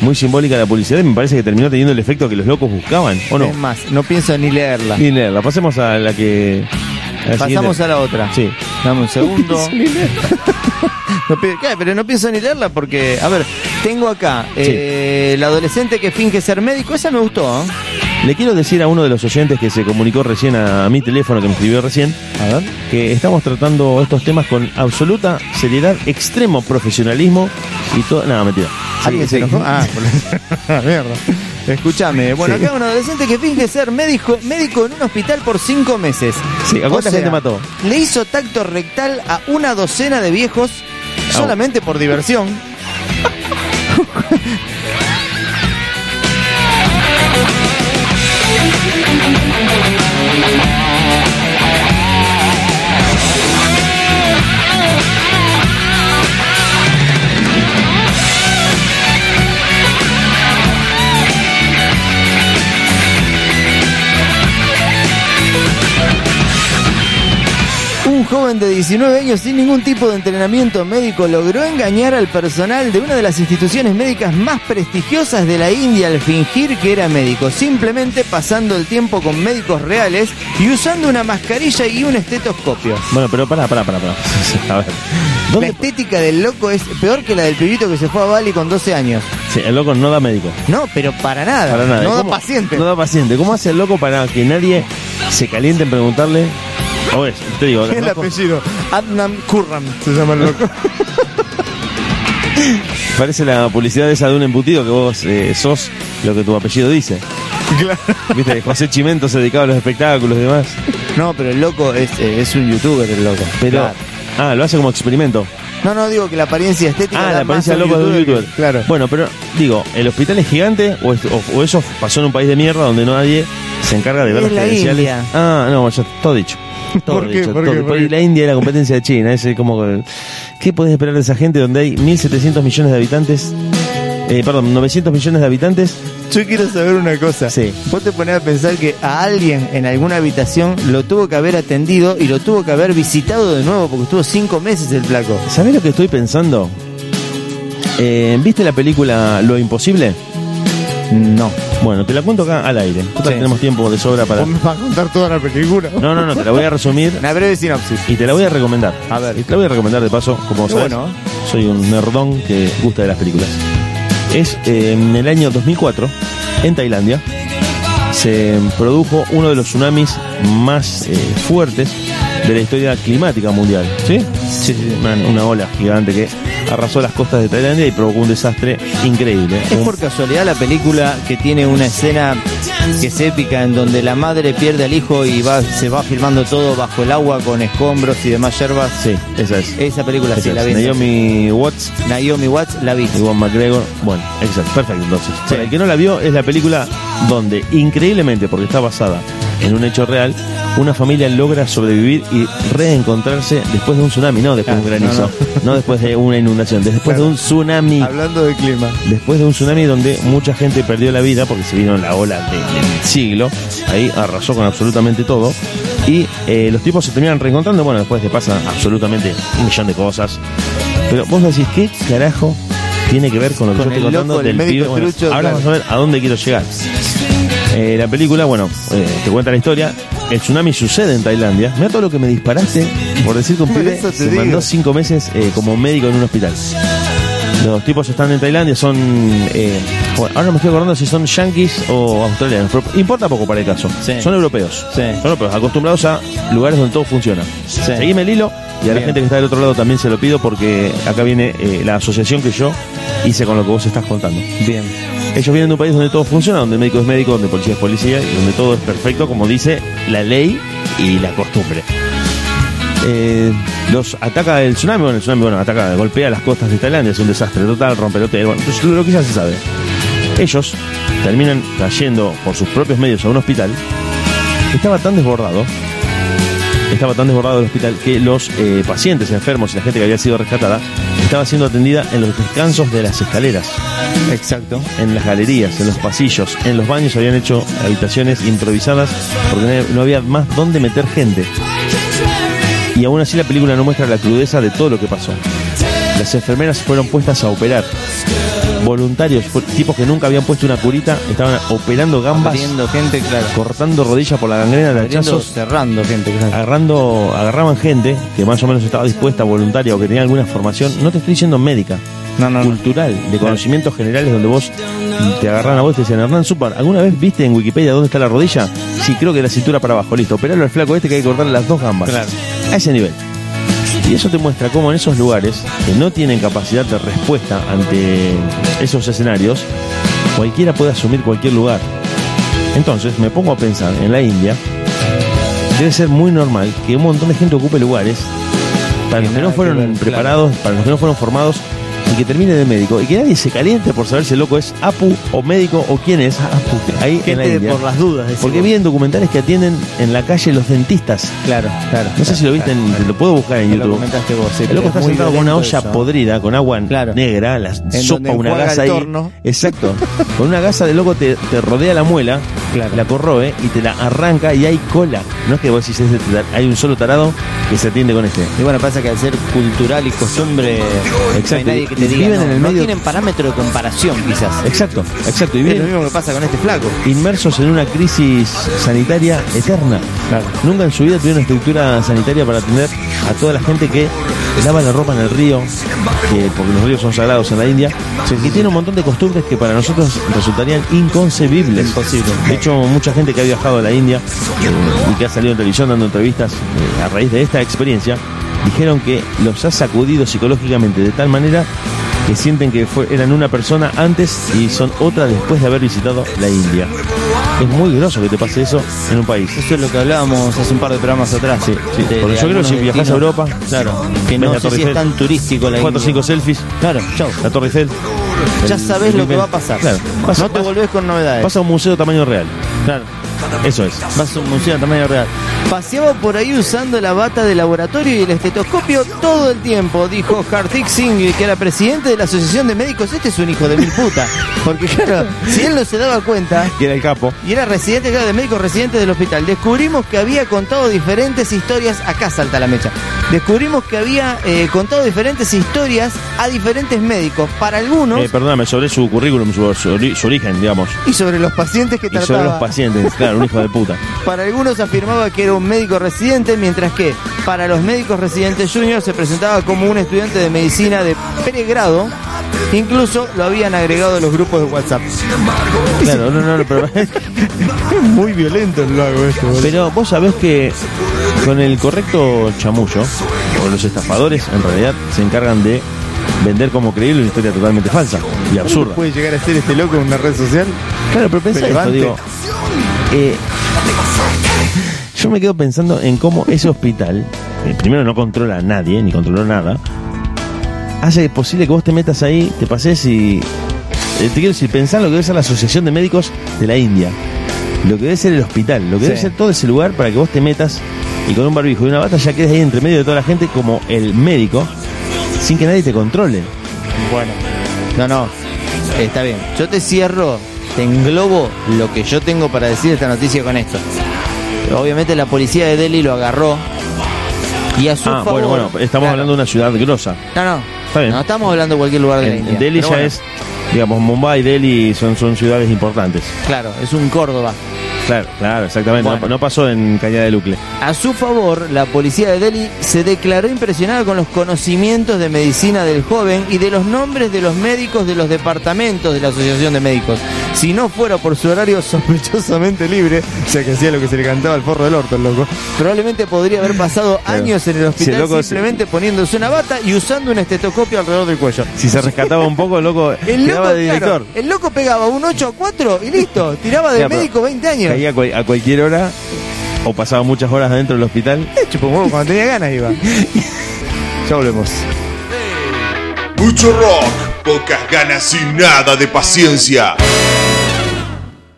muy simbólica la publicidad y me parece que terminó teniendo el efecto que los locos buscaban, ¿o no? Es más, no pienso ni leerla. Ni leerla. Pasemos a la que. a la Pasamos siguiente. a la otra. Sí. Dame un segundo. Ni leerla. No pi- claro, pero no pienso ni leerla porque, a ver, tengo acá eh, la adolescente que finge ser médico, esa me gustó. ¿eh? Le quiero decir a uno de los oyentes que se comunicó recién a, a mi teléfono, que me escribió recién, A ver. que estamos tratando estos temas con absoluta seriedad, extremo profesionalismo y todo. Nada, mentira. ¿Alguien se enojó? Ah, la mierda. Escúchame, bueno, acá un adolescente que finge ser médico, médico en un hospital por cinco meses. Sí, ¿a cuánta gente mató? Le hizo tacto rectal a una docena de viejos Ah, solamente por diversión. Un joven de 19 años sin ningún tipo de entrenamiento médico logró engañar al personal de una de las instituciones médicas más prestigiosas de la India al fingir que era médico, simplemente pasando el tiempo con médicos reales y usando una mascarilla y un estetoscopio. Bueno, pero pará, pará, pará, pará. A ver. La ¿Dónde? estética del loco es peor que la del pibito que se fue a Bali con 12 años. Sí, el loco no da médico. No, pero para nada. Para nada. No da ¿Cómo? paciente. No da paciente. ¿Cómo hace el loco para que nadie se caliente en preguntarle? A ver, te digo, El loco, apellido. Adnan Kurram. Se llama el loco. parece la publicidad esa de un embutido que vos eh, sos lo que tu apellido dice. claro. Viste, José Chimento se dedicaba a los espectáculos y demás. No, pero el loco es, eh, es un youtuber, el loco. Pero. Claro. Ah, lo hace como experimento. No, no, digo que la apariencia estética. Ah, da la más apariencia un loca de un youtuber youtuber. que- Claro. Bueno, pero digo, ¿el hospital es gigante o, es- o- o eso pasó en un país de mierda donde nadie se encarga de ver Es las la credenciales? India. Ah, no, ya todo dicho. Todo ¿Por qué? dicho, ¿Por todo qué? dicho. ¿Por qué? La India es la competencia de China. Es eh, como. que- ¿Qué podés esperar de esa gente donde hay 1.700 millones de habitantes? Eh, perdón, 900 millones de habitantes. Yo quiero saber una cosa. Sí. Vos te ponés a pensar que a alguien en alguna habitación lo tuvo que haber atendido y lo tuvo que haber visitado de nuevo porque estuvo cinco meses el flaco. ¿Sabés lo que estoy pensando? Eh, ¿Viste la película Lo Imposible? No. Bueno, te la cuento acá al aire. Total, Sí. tenemos tiempo de sobra para. Vos me vas a contar toda la película. No, no, no, te la voy a resumir Una breve sinopsis. y te la voy a recomendar. A ver. Y te la voy a recomendar de paso, como Qué sabes. bueno. ¿eh? Soy un nerdón que gusta de las películas. Es eh, en el año 2004, en Tailandia, se produjo uno de los tsunamis más eh, fuertes de la historia climática mundial. ¿Sí? Sí, sí, Una, una ola gigante que arrasó las costas de Tailandia y provocó un desastre increíble. ¿Es Un- por casualidad la película que tiene una escena que es épica en donde la madre pierde al hijo y va, se va filmando todo bajo el agua con escombros y demás yerbas? Sí, esa es. Esa película sí, Esa la es. vi. Naomi Watts Naomi Watts la vi. Iwan McGregor. Bueno, exacto, perfecto. Entonces, Sí. para el que no la vio, es la película donde, increíblemente, porque está basada en un hecho real, una familia logra sobrevivir y reencontrarse después de un tsunami, no después de un Ah, no, granizo, no, después de una inundación, después de Claro. un tsunami. Hablando de clima. Después de un tsunami donde mucha gente perdió la vida porque se vino la ola de- del siglo, ahí arrasó con absolutamente todo. Y eh, los tipos se terminan reencontrando, bueno, después te pasan absolutamente un millón de cosas. Pero vos decís, ¿qué carajo tiene que ver con lo que Con yo estoy el loco, contando el del médico pibe? Bueno, trucho, ahora claro. vamos a ver a dónde quiero llegar. Eh, la película, bueno, eh, te cuenta la historia. El tsunami sucede en Tailandia. Mira todo lo que me disparaste por decir que un Por pibe eso te se digo. mandó cinco meses eh, como médico en un hospital. Los tipos están en Tailandia, son. eh, bueno, ahora no me estoy acordando si son yanquis o australianos. pero importa poco para el caso. Sí. Son europeos. Sí. Son europeos, acostumbrados a lugares donde todo funciona. Seguime el hilo y a la Bien. gente que está del otro lado también se lo pido porque acá viene eh, la asociación que yo hice con lo que vos estás contando. Bien. Ellos vienen de un país donde todo funciona, donde el médico es médico, donde policía es policía y donde todo es perfecto, como dice la ley y la costumbre. Eh, los ataca el tsunami, bueno, el tsunami, bueno, ataca, golpea las costas de Tailandia, es un desastre total, rompe el hotel, bueno, pues, lo que ya se sabe. Ellos terminan cayendo por sus propios medios a un hospital que estaba tan desbordado, estaba tan desbordado el hospital que los eh, pacientes enfermos y la gente que había sido rescatada estaba siendo atendida en los descansos de las escaleras Exacto. en las galerías, en los pasillos, en los baños habían hecho habitaciones improvisadas porque no- no había más dónde meter gente. Y aún así la película no muestra la crudeza de todo lo que pasó. Las enfermeras fueron puestas a operar. voluntarios, fu- tipos que nunca habían puesto una curita, estaban operando gambas, Abriendo gente, claro. cortando rodillas por la gangrena de Abriendo, hachazos, cerrando gente, claro. agarrando, agarraban gente que más o menos estaba dispuesta, voluntaria o que tenía alguna formación, no te estoy diciendo médica, No, no, no. cultural, de conocimientos generales donde vos te agarran a vos y te dicen, Hernán Supar, ¿alguna vez viste en Wikipedia dónde está la rodilla? Sí, creo que la cintura para abajo, listo, operalo al flaco este que hay que cortarle las dos gambas. Claro. A ese nivel. Y eso te muestra cómo en esos lugares que no tienen capacidad de respuesta ante esos escenarios, cualquiera puede asumir cualquier lugar. Entonces me pongo a pensar, en la India debe ser muy normal que un montón de gente ocupe lugares para los que no nada que fueron ver, claro. preparados, para los que no fueron formados y que termine de médico. Y que nadie se caliente por saber si el loco es APU o médico o quién es. Ah, Ahí en la Gente India. por las dudas. decimos. Porque vi en documentales que atienden en la calle los dentistas. Claro, claro. No sé si lo viste, en- lo puedo buscar en Me Lo YouTube. comentaste vos, sí, El loco pero está es muy sentado con una violento olla eso. podrida, con agua Claro. negra, la sopa, donde una enjuaga gasa el ahí. torno. Exacto. con una gasa de loco te, te rodea la muela, Claro. la corroe y te la arranca y hay cola. No es que vos decís, "Este tar- hay un solo tarado que se atiende con este. Y bueno, pasa que al ser cultural y costumbre, no hay Exacto. nadie que te Y diga. viven no, en el no medio- Eh, tienen parámetro de comparación, quizás. Exacto, exacto. Y Es lo vienen mismo que pasa con este flaco. inmersos en una crisis sanitaria eterna. Nunca en su vida tuvieron una estructura sanitaria para atender a toda la gente que lava la ropa en el río, que- porque los ríos son sagrados en la India, y tiene un montón de costumbres que para nosotros resultarían inconcebibles. Imposible. De hecho, mucha gente que ha viajado a la India eh, y que ha salido en televisión dando entrevistas eh, a raíz de esta experiencia, dijeron que los ha sacudido psicológicamente de tal manera que sienten que fue- eran una persona antes y son otra después de haber visitado la India. Es muy groso que te pase eso en un país. Eso es lo que hablábamos hace un par de programas atrás. Sí, sí. De- Porque de yo creo que algunos si viajas a destinos, Europa, claro, que ves no la Torre sé si es Eiffel, tan turístico la cuatro o India. cinco selfies, Claro, chau. la Torre Eiffel. Ya el- sabes el lo que nivel. va a pasar. Claro. Pasa, no te pasa- volvés con novedades. pasa a un museo tamaño real. Claro. Eso es. Vas a un museo de tamaño real. Paseaba por ahí usando la bata de laboratorio y el estetoscopio todo el tiempo, dijo Hartik Singh, que era presidente de la Asociación de Médicos. Este es un hijo de mil puta. Porque claro, si él no se daba cuenta, Y era el capo. y era residente, claro, de médicos residentes del hospital. Descubrimos que había contado diferentes historias. Acá salta la mecha. Descubrimos que había eh, contado diferentes historias a diferentes médicos. Para algunos. Eh, perdóname, sobre su currículum, su, su ori- su origen, digamos. y sobre los pacientes que Y sobre los trataba. pacientes, claro, un hijo de puta. para algunos afirmaba que era un médico residente, mientras que para los médicos residentes juniors se presentaba como un estudiante de medicina de pregrado. Incluso lo habían agregado a los grupos de WhatsApp. Claro, no, no, no, pero, Es muy violento el lago esto, boludo. pero vos sabés que con el correcto chamullo, o los estafadores en realidad se encargan de vender como creíble una historia totalmente falsa y absurda. ¿Puede llegar a ser este loco en una red social? Claro, pero pensá esto, Relevante. digo. eh, yo me quedo pensando en cómo ese hospital, eh, primero no controla a nadie, ni controló nada, hace posible que vos te metas ahí, te pases y. eh, te quiero decir, pensá lo que debe ser la Asociación de Médicos de la India, lo que debe ser el hospital, lo que debe Sí. ser todo ese lugar para que vos te metas y con un barbijo y una bata ya quedes ahí entre medio de toda la gente como el médico, sin que nadie te controle. Bueno. No, no. Está bien. Yo te cierro, te englobo lo que yo tengo para decir de esta noticia con esto. Obviamente la policía de Delhi lo agarró. Y a su Ah, favor- bueno, bueno, estamos Claro. hablando de una ciudad grosa. No, no. Está bien. No estamos hablando de cualquier lugar de la En- India. en Delhi pero ya bueno, es, digamos, Mumbai, Delhi son, son ciudades importantes. Claro, es un Córdoba. Claro, claro, exactamente. No- Bueno. No, pasó en Cañada de Lucle. A su favor, la policía de Delhi se declaró impresionada con los conocimientos de medicina del joven y de los nombres de los médicos de los departamentos de la Asociación de Médicos. Si no fuera por su horario sospechosamente libre, O sea, que hacía lo que se le cantaba al forro del orto el loco. probablemente podría haber pasado Claro. años en el hospital Si el loco se- simplemente poniéndose una bata y usando un estetoscopio alrededor del cuello. Si se rescataba un poco, el loco El quedaba de loco, claro, director. el loco pegaba un 8 a 4 y listo, tiraba de Ya, pero médico 20 años. Caía a cual- a cualquier hora o pasaba muchas horas dentro del hospital. Eh, chupó un huevo cuando tenía ganas iba. ya volvemos. Mucho rock, pocas ganas y nada de paciencia.